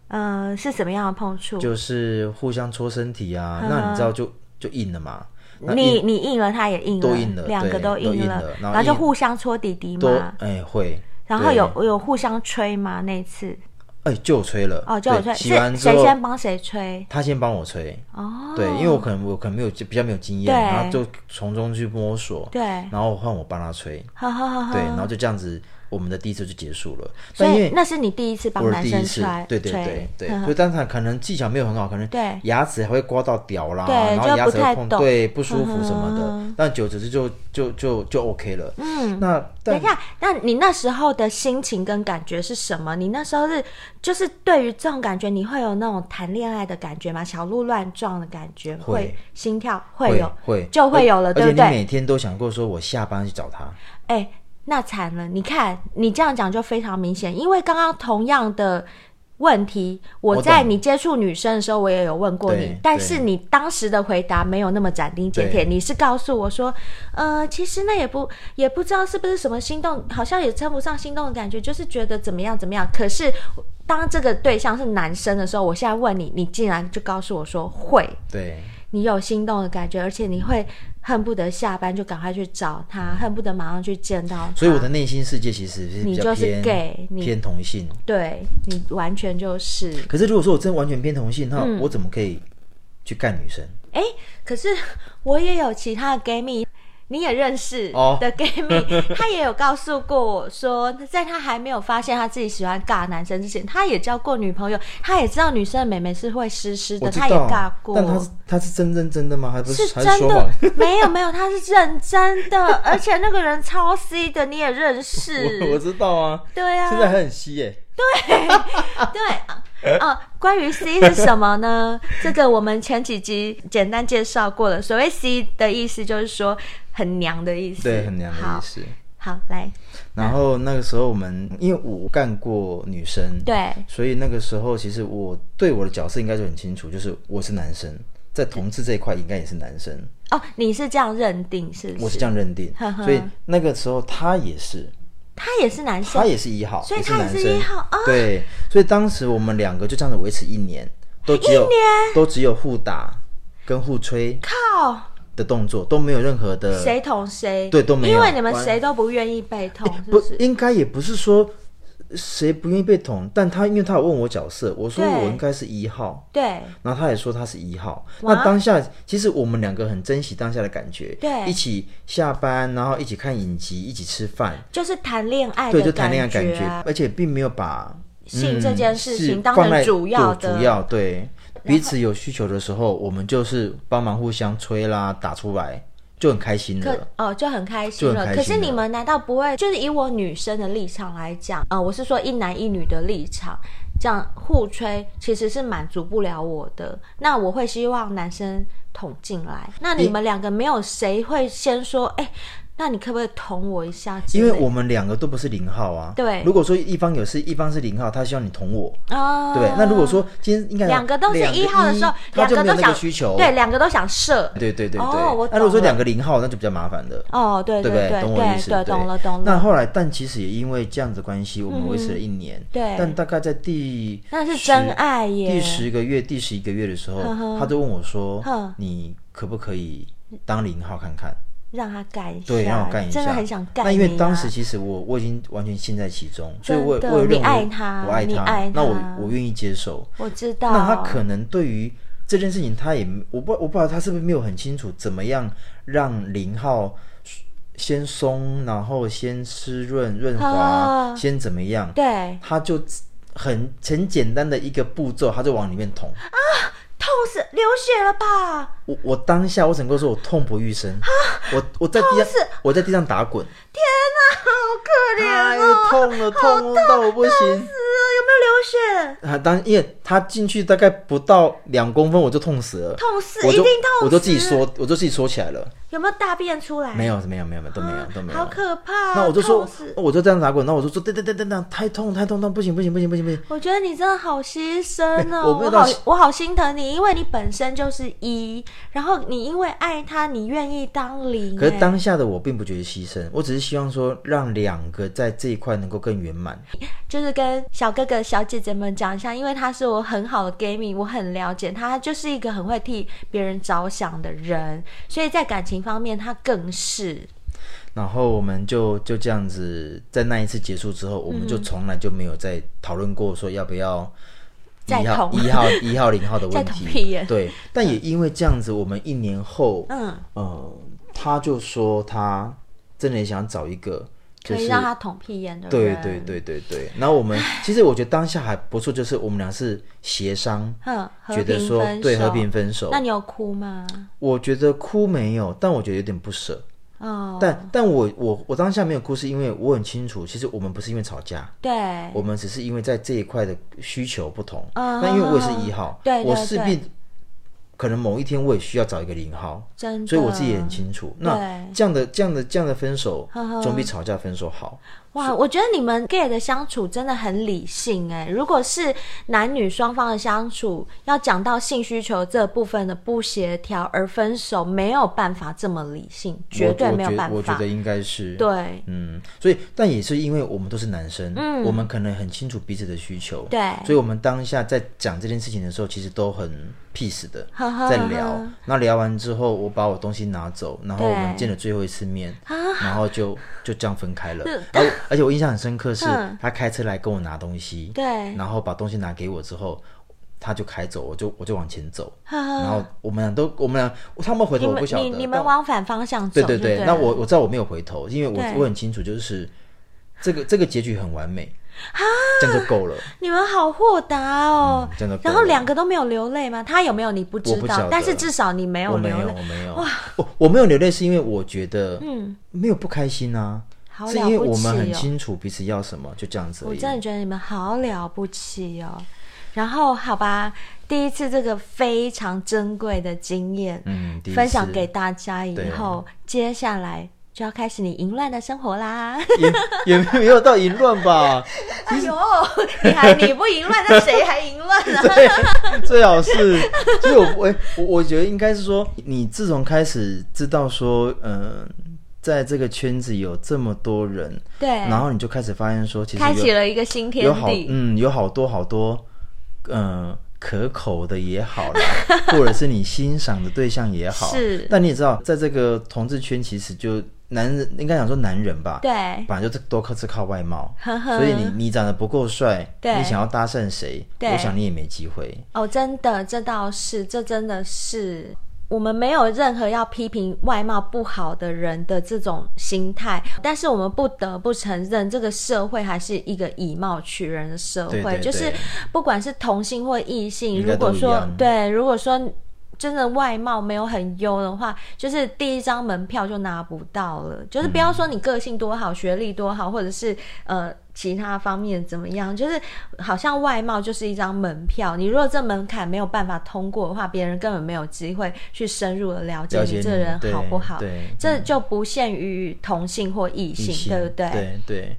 S1: 呃，是怎么样的碰触？
S2: 就是互相搓身体啊，那你知道就就硬了嘛，那
S1: 嗯你
S2: 呃硬
S1: 你硬了，他也硬了，
S2: 都硬了
S1: 两个
S2: 对
S1: 都
S2: 都
S1: 硬
S2: 硬
S1: 了
S2: 了，然后
S1: 然后就
S2: 硬
S1: 互相搓底底
S2: 都
S1: 嘛，
S2: 哎会，
S1: 然后
S2: 对
S1: 有有互相吹吗？那次
S2: 哎就有吹了，
S1: 哦，就有
S2: 对
S1: 吹，
S2: 洗完
S1: 是
S2: 之
S1: 谁
S2: 后
S1: 先帮谁吹？
S2: 他先帮我吹，
S1: 哦，
S2: 对，因为我可能我可能没有比较没有经验，
S1: 对
S2: 然后就从中去摸索，
S1: 对
S2: 然后换我帮他吹，
S1: 呵呵呵呵，
S2: 对，然后就这样子，我们的第一次就结束了。
S1: 所
S2: 但因
S1: 以
S2: 为
S1: 那是你第一次帮
S2: 我的
S1: 男
S2: 第
S1: 生
S2: 一次
S1: 吹，吹，，
S2: 对对对对，
S1: 呵呵
S2: 所以当然可能技巧没有很好，可能
S1: 对
S2: 牙齿还会刮到屌啦，
S1: 对
S2: 然后
S1: 就
S2: 牙
S1: 不
S2: 齿
S1: 太
S2: 会碰，
S1: 懂
S2: 对，不舒服什么
S1: 嗯
S2: 的。但久而久之就就就就 OK 了。嗯，那
S1: 等
S2: 但
S1: 一下，那你那时候的心情跟感觉是什么？你那时候是就是对于这种感觉，你会有那种谈恋爱的感觉吗？小鹿乱撞的感觉，
S2: 会
S1: 心跳
S2: 会
S1: 有
S2: 会
S1: 就会有了，
S2: 而
S1: 对不
S2: 而且你
S1: 对？
S2: 每天都想过说我下班去找他，
S1: 哎，那惨了！你看你这样讲就非常明显，因为刚刚同样的。问题，我
S2: 我
S1: 在
S2: 懂
S1: 你接触女生的时候，我也有问过你
S2: 对，
S1: 但
S2: 对
S1: 是你当时的回答没有那么斩钉截铁，
S2: 对
S1: 你是告诉我说，呃，其实那也不也不知道是不是什么心动，好像也称不上心动的感觉，就是觉得怎么样怎么样。可是当这个对象是男生的时候，我现在问你，你竟然就告诉我说会，
S2: 对
S1: 你有心动的感觉，而且你会恨不得下班就赶快去找他，恨不得马上去见到他。
S2: 嗯所以我的内心世界其实是
S1: 你
S2: 比
S1: 就
S2: 较
S1: 是
S2: 偏
S1: gay，你
S2: 偏同性。
S1: 对你完全就是，
S2: 可是如果说我真的完全偏同性，那
S1: 嗯
S2: 我怎么可以去干女生？
S1: 哎，可是我也有其他的 gay 蜜，你也认识
S2: 哦
S1: 的 gay 蜜， 他也有告诉过我说，在他还没有发现他自己喜欢尬男生之前，他也交过女朋友，他也知道女生的美眉是会湿湿
S2: 我
S1: 的，
S2: 知
S1: 他也
S2: 道啊
S1: 尬，过。
S2: 但他是他是真真真的吗？还不
S1: 是
S2: 还是
S1: 真
S2: 说
S1: 的
S2: 谎？，
S1: 没有没有，他是认真的，而且那个人超 C 的，你也认识，
S2: 我我知道啊，
S1: 对啊，
S2: 现在还很稀耶。
S1: 对，啊，关于 C 是什么呢？ 这个我们前几集简单介绍过了。所谓 C 的意思就是说很娘的意思，
S2: 对，很娘的
S1: 好
S2: 意，思。
S1: 好，来，
S2: 然后那个时候我们，因为我干过女生，，
S1: 对，
S2: 所以那个时候其实我对我的角色应该就很清楚，就是我是男生，在同志这一块应该也是男生，
S1: 哦，你是这样认定是不
S2: 我
S1: 嗯
S2: 是
S1: 是？
S2: 这样认定
S1: 呵。呵
S2: 所以那个时候他也是，
S1: 他也是男生
S2: 他，也是一号，
S1: 所以
S2: 也
S1: 他也
S2: 男
S1: 是
S2: 生
S1: 一号啊
S2: 对，所以当时我们两个就这样子维持一年。都只有都只有互打跟互吹
S1: 靠，
S2: 的动作，都没有任何的
S1: 谁捅谁？
S2: 呃对都没有
S1: 因为你们
S2: 完
S1: 谁都不愿意被捅，哎是
S2: 哦不
S1: 不是？
S2: 应该也不是说谁不愿意被捅，但他因为他有问我角色，我说
S1: 对
S2: 我应该是一号，
S1: 对，
S2: 然后他也说他是一号。
S1: 哇
S2: 那当下其实我们两个很珍惜当下的感觉，
S1: 对
S2: 一起下班，然后一起看影集，一起吃饭，
S1: 就是谈恋爱的
S2: 对，就谈恋爱的感觉，
S1: 啊
S2: 而且并没有把嗯
S1: 性这件事情
S2: 是
S1: 当
S2: 放
S1: 成
S2: 在
S1: 主要
S2: 对
S1: 的
S2: 主要对。彼此有需求的时候，我们就是帮忙互相吹啦，打出来就很开心
S1: 可
S2: 了。
S1: 哦，就很开心
S2: 就
S1: 了。
S2: 很开
S1: 可
S2: 心
S1: 是你
S2: 了
S1: 们难道不会就是以我女生的立场来讲，呃，我是说一男一女的立场，这样互吹其实是满足不了我的。那我会希望男生捅进来。那你
S2: 因
S1: 们两个没有谁会先说，哎、那你可不可以捅我一下之
S2: 因
S1: 类的？
S2: 为我们两个都不是零号啊。
S1: 对
S2: 如果说一方有事，一方是零号，他希望你捅我。
S1: 啊，
S2: 对，那如果说今天应该
S1: 两个都是
S2: 两
S1: 一号的时候，
S2: 他
S1: 两
S2: 就
S1: 个
S2: 没有
S1: 都
S2: 那个
S1: 想
S2: 需求。
S1: 对，两个都想射。
S2: 对对对对。
S1: 哦我
S2: 那如果
S1: 懂
S2: 说
S1: 了
S2: 两个零号，那就比较麻烦了。
S1: 哦，对
S2: 对不
S1: 对
S2: 懂我意
S1: 对
S2: 思？
S1: 对，懂了懂
S2: 那
S1: 了。
S2: 后来，但其实也因为这样子关系，我们维持了一年。
S1: 对
S2: 但大概在第
S1: 那是
S2: 十
S1: 真爱耶
S2: 第十个月、第十一个月的时候
S1: 呵呵，
S2: 他就问我说
S1: 哼：“
S2: 你可不可以当零号看看？”
S1: 让他干一下，
S2: 对，让我干一下，
S1: 啊真的很想干、啊
S2: 那因为当时其实我我已经完全陷在其中，所以我
S1: 真的
S2: 我也
S1: 你
S2: 认为
S1: 爱他
S2: 我爱
S1: 你
S2: 他，
S1: 爱
S2: 那我
S1: 他
S2: 我愿意接受。
S1: 我知道，
S2: 那他可能对于这件事情，他也我不我不知道他是不是没有很清楚怎么样让零号先松，然后先湿润润滑，
S1: 啊
S2: 先怎么样，
S1: 对
S2: 他就很很简单的一个步骤，他就往里面捅。
S1: 痛死流血了吧？
S2: 我我当下我整个说我痛不欲生，我我在地上
S1: 啊痛死
S2: 我在地上打滚。
S1: 好可怜
S2: 哎呦
S1: 哦，
S2: 痛了，痛到我不行。
S1: 是啊有没有流血？
S2: 啊，当因为他进去大概不到两公分，我就痛死了，
S1: 痛死
S2: 我就
S1: 一定痛死
S2: 我就自己缩，我就自己缩起来了。
S1: 有没有大便出来？
S2: 没有，没有，没有，没有，都没有，都没
S1: 啊
S2: 有。
S1: 好可怕、
S2: 那我就说
S1: 痛死，
S2: 我就这样打滚，那我就说，对对对对对，太痛太痛，那不行不行不行不行不行，
S1: 我觉得你真的好牺牲哦，
S2: 我没
S1: 好
S2: 有到
S1: 我好心疼你，因为你本身就是一，然后你因为爱他，你愿意当零。
S2: 可是
S1: 哎
S2: 当下的我并不觉得牺牲，我只是希望说让两个在这一块能够更圆满。
S1: 就是跟小哥哥、小姐姐们讲一下，因为他是我很好的 gay 蜜，我很了解他，他就是一个很会替别人着想的人，所以在感情方面他更是。
S2: 然后我们就就这样子，在那一次结束之后，我们就从来就没有再讨论过说要不要
S1: 再
S2: 一号、
S1: 捅
S2: 一号、一号、零号的问
S1: 再捅
S2: 题
S1: 屁眼。
S2: 对，但也因为这样子，我们一年后，
S1: 嗯，
S2: 呃，他就说他真的想找一个，就
S1: 可以
S2: 是
S1: 让他捅屁眼的
S2: 对
S1: 人，
S2: 对，对对对。然后我们其实我觉得当下还不错，就是我们俩是协商，
S1: 哼，和
S2: 觉得
S1: 平
S2: 说
S1: 分手
S2: 对和平。分手
S1: 那。你有哭吗？
S2: 我觉得哭没有，但我觉得有点不舍。
S1: 哦，
S2: 但但我我我当下没有哭，是因为我很清楚，其实我们不是因为吵架，
S1: 对，
S2: 我们只是因为在这一块的需求不同。
S1: 啊
S2: 那因为我也是一号，
S1: 对对
S2: 我势
S1: 对
S2: 必可能某一天我也需要找一个零号，
S1: 真的，
S2: 所以我自己也很清楚。那
S1: 对
S2: 这样的这样的这样的分手
S1: 呵呵，
S2: 总比吵架分手好。
S1: 哇，我觉得你们 gay 的相处真的很理性哎、如果是男女双方的相处，要讲到性需求这部分的不协调而分手，没有办法这么理性，绝
S2: 我
S1: 对
S2: 我
S1: 没有
S2: 觉
S1: 办
S2: 我觉
S1: 法
S2: 得。应该是。
S1: 对
S2: 嗯，所以但也是因为我们都是男生，
S1: 嗯
S2: 我们可能很清楚彼此的需求，
S1: 对
S2: 所以我们当下在讲这件事情的时候，其实都很 peace 的在聊。那聊完之后，我把我东西拿走，然后
S1: 对
S2: 我们见了最后一次面，然后就就这样分开了
S1: 啊是。
S2: 而而且我印象很深刻是
S1: 嗯，
S2: 他开车来跟我拿东西，
S1: 对，
S2: 然后把东西拿给我之后。他就开走，我就我就往前走，
S1: 呵呵
S2: 然后我们俩都我们俩他们回
S1: 你
S2: 头我
S1: 们
S2: 不晓
S1: 嗯
S2: 得，
S1: 你你
S2: 但
S1: 们往反方向走
S2: 对
S1: 就对
S2: 对
S1: 了
S2: 对，那我我知道我没有回头，因为
S1: 对
S2: 我我很清楚，就是这个这个结局很完美，
S1: 啊
S2: 这样就够了。
S1: 你们好豁达哦
S2: 嗯。真的够了
S1: 然后两个都没有流泪吗？他有没有你不知
S2: 我不晓
S1: 道，
S2: 得
S1: 但是至少你没有
S2: 我没
S1: 流
S2: 有，
S1: 泪，
S2: 我没有，我我没有流泪，是因为我觉得
S1: 嗯，
S2: 没有不开心啊，
S1: 好
S2: 是因为
S1: 了不
S2: 我
S1: 起
S2: 们很
S1: 哦。
S2: 清楚彼此要什么，就这样子而
S1: 我
S2: 已。
S1: 真的觉得你们好了不起哦。然后，好吧，第一次这个非常珍贵的经验，
S2: 嗯，第一次
S1: 分享给大家以后，接下来就要开始你淫乱的生活啦。
S2: 也也没有到淫 乱吧，
S1: 哎呦，你还你不淫乱，那谁还淫乱啊？
S2: 对，最好是，所以我我我我觉得应该是说，你自从开始知道说，嗯、在这个圈子有这么多人，
S1: 对，
S2: 然后你就开始发现说，其实
S1: 开
S2: 有
S1: 启了一个新天
S2: 有好
S1: 地。
S2: 嗯，有好多好多，嗯、可口的也好啦，或者是你欣赏的对象也 好，
S3: 是
S2: 但你也知道，在这个同志圈，其实就男人应该讲说男人吧，
S3: 对
S2: 本来就是多靠是靠外貌，
S3: 呵呵
S2: 所以你你长得不够帅，
S3: 对
S2: 你想要搭讪谁，
S3: 对
S2: 我想你也没机会。
S1: 哦，真的，这倒是，这真的是。我们没有任何要批评外貌不好的人的这种心态，但是我们不得不承认，这个社会还是一个以貌取人的社会，
S2: 对对对
S1: 就是不管是同性或异性，
S2: 应该
S1: 如果
S2: 都一
S1: 说
S2: 样
S1: 对，如果说真的外貌没有很优的话，就是呃第一张门票就拿不到了。就是不要说你个性多好、学历多好，或者是呃其他方面怎么样，就是好像外貌就是一张门票。你如果这门槛没有办法通过的话，别人根本没有机会去深入的了解
S2: 了解
S1: 你
S2: 你
S1: 这人
S2: 对
S1: 好不好
S2: 对。
S1: 这就不限于同性或异性，
S2: 异性
S1: 对不对？
S2: 对对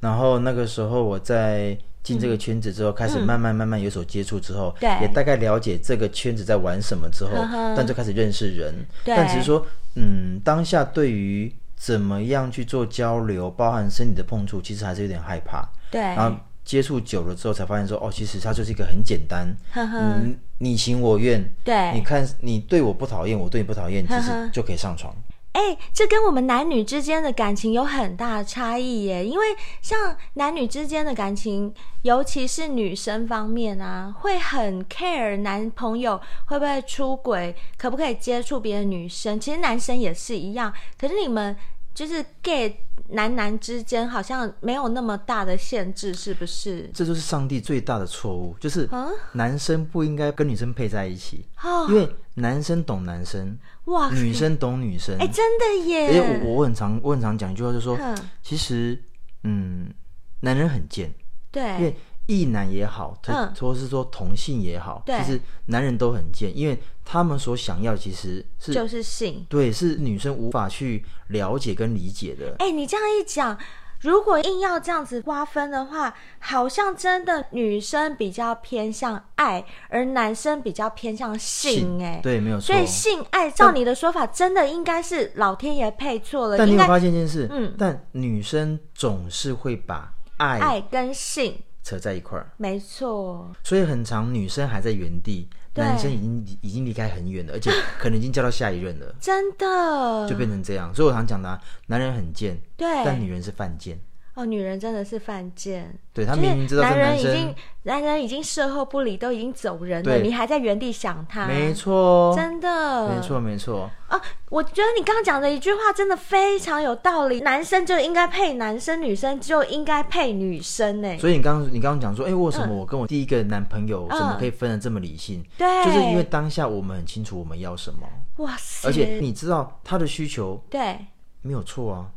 S2: 然后那个时候我在进这个圈子之后，开始慢慢慢慢有所接触之后，
S1: 嗯对
S2: 也大概了解这个圈子在玩什么之后
S1: 呵呵，
S2: 但就开始认识人。
S1: 对
S2: 但只是说，嗯，当下对于怎么样去做交流，包含身体的碰触，其实还是有点害怕。
S1: 对
S2: 然后接触久了之后，才发现说，哦，其实它就是一个很简单，
S1: 呵呵
S2: 嗯，你情我愿。
S1: 对
S2: 你看，你对我不讨厌，我对你不讨厌，其
S1: 呵呵
S2: 实就可以上床。
S1: 哎、这跟我们男女之间的感情有很大的差异耶，因为像男女之间的感情，尤其是女生方面啊，会很 care 男朋友会不会出轨，可不可以接触别的女生。其实男生也是一样，可是你们就是 gay 男男之间好像没有那么大的限制，是不是？
S2: 这就是上帝最大的错误，就是
S1: 啊
S2: 男生不应该跟女生配在一起，
S1: 哦
S2: 因，为嗯男生懂男生，
S1: 哇，
S2: 女生懂女生。
S1: 哎、真的
S2: 而且
S1: 耶，
S2: 我我很常我很常讲一句话，就是说
S1: 嗯，
S2: 其实嗯，男人很贱，因
S1: 对
S2: 为异男也好，
S1: 嗯
S2: 他或是说同性也好，
S1: 对
S2: 其实男人都很贱，因为他们所想要其实是
S1: 就是性。
S2: 对是女生无法去了解跟理解的。
S1: 哎、你这样一讲，如果硬要这样子瓜分的话，好像真的女生比较偏向爱，而男生比较偏向性、哎，，
S2: 对，没有错
S1: 所。以性爱照你的说法，真的应该是老天爷配错了，
S2: 但你
S1: 应
S2: 有
S1: 该
S2: 发现一件事，
S1: 嗯
S2: 但女生总是会把爱
S1: 爱跟性，
S2: 扯在一块儿。
S1: 没错，
S2: 所以很长，女生还在原地，
S1: 对
S2: 男生已经已已经离开很远了，而且可能已经叫到下 一任了，
S1: 真的，
S2: 就变成这样。所以我常讲的、啊，男人很贱，
S1: 嗯
S2: 但
S1: 对，
S2: 女人是犯贱。
S1: 哦，女人真的是犯贱。
S2: 对他
S1: 就
S2: 明明知
S1: 是
S2: 道
S1: 男
S2: 这个
S1: 人已
S2: 生
S1: 经，，男人已经售后不理，都已经走人了，
S2: 对
S1: 你还在原地想他，
S2: 没，错，
S1: 啊真的，
S2: 没错，没错，
S1: 啊，我觉得你刚刚讲的一句话真的非常有道理，男生就应该配男生，女生就应该配女生欸呢。
S2: 所以你刚你刚刚讲说，哎、为什么我跟我第一个男朋友
S1: 嗯
S2: 怎么可以分得这么理性？
S1: 对，
S2: 就是因为当下我们很清楚我们要什么，
S1: 哇塞，
S2: 而且你知道他的需求
S1: 对
S2: 没有错啊，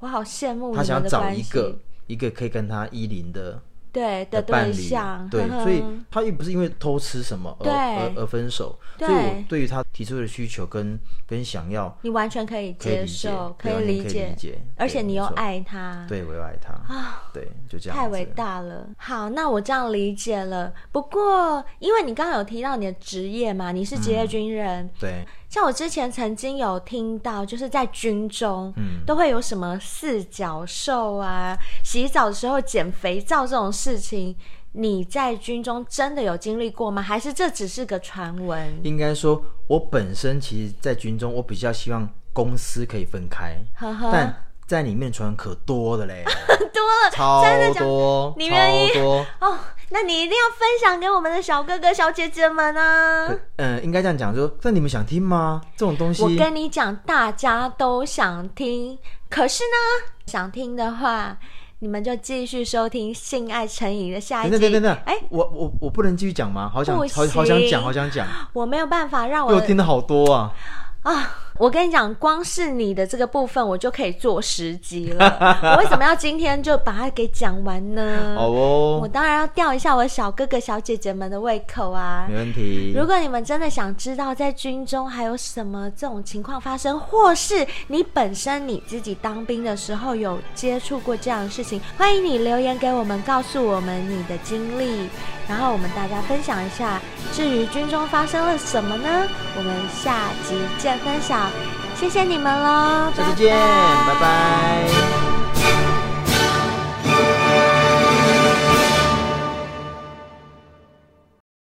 S1: 我好羡慕
S2: 他
S1: 你
S2: 想
S1: 们
S2: 要
S1: 的
S2: 找
S1: 关
S2: 一
S1: 系，
S2: 个一个可以跟他依邻的
S1: 对
S2: 的
S1: 的
S2: 伴
S1: 对
S2: 侣
S1: 象，，嗯
S2: 对
S1: 呵，呵
S2: 所以他又不是因为偷吃什么而
S1: 对
S2: 而而分手，
S1: 对
S2: 所以我对于他提出的需求跟跟想要
S1: 你完全可以
S2: 可以
S1: 接
S2: 理解
S1: 受，，
S2: 对完全可以
S1: 理
S2: 理解，
S1: 而且
S2: 对
S1: 你又，
S2: 没
S1: 爱他啊
S2: 错，对，我又爱他对，就这样，
S1: 太伟，大了。好，那我这样理解了。不过，因为你刚刚有提到你的职业嘛，你是职
S2: 嗯
S1: 业军人，
S2: 对，
S1: 像我之前曾经有听到，就是在军中，
S2: 嗯
S1: 都会有什么四脚兽啊，洗澡的时候捡肥皂这种事情，你在军中真的有经历过吗？还是这只是个传闻？
S2: 应该说，我本身其实，在军中，我比较希望公司可以分开，
S1: 呵呵，
S2: 但在里面传可多的 嘞，
S1: 多了
S2: 超
S1: 真的假
S2: 多，
S1: 你愿意
S2: 超多。
S1: 哦，那你一定要分享给我们的小哥哥、小姐姐们啊！
S2: 可嗯，应该这样讲，就说，那你们想听吗？这种东西，
S1: 我跟你讲，大家都想听，可是呢，想听的话，你们就继续收听《性爱成瘾》的下一
S2: 等
S1: 集。
S2: 等等等等，
S1: 哎，
S2: 我我我不能继续讲吗？好想
S1: 不
S2: 好
S1: 行
S2: 好想讲，好想讲，
S1: 我没有办法让
S2: 因
S1: 我
S2: 为我
S1: 的
S2: 听的好多啊。
S1: 啊！我跟你讲，光是你的这个部分，我就可以做十集了。 我为什么要今天就把它给讲完呢？
S2: 好
S1: 嗯我
S2: 哦，
S1: 当然要吊一下我小哥哥、小姐姐们的胃口啊！
S2: 没问题。
S1: 如果你们真的想知道在军中还有什么这种情况发生，或是你本身你自己当兵的时候有接触过这样的事情，欢迎你留言给我们，告诉我们你的经历，然后我们大家分享一下。至于军中发生了什么呢？我们下集见分享。谢谢你们喽，
S2: 下次见，
S1: 拜
S2: 拜拜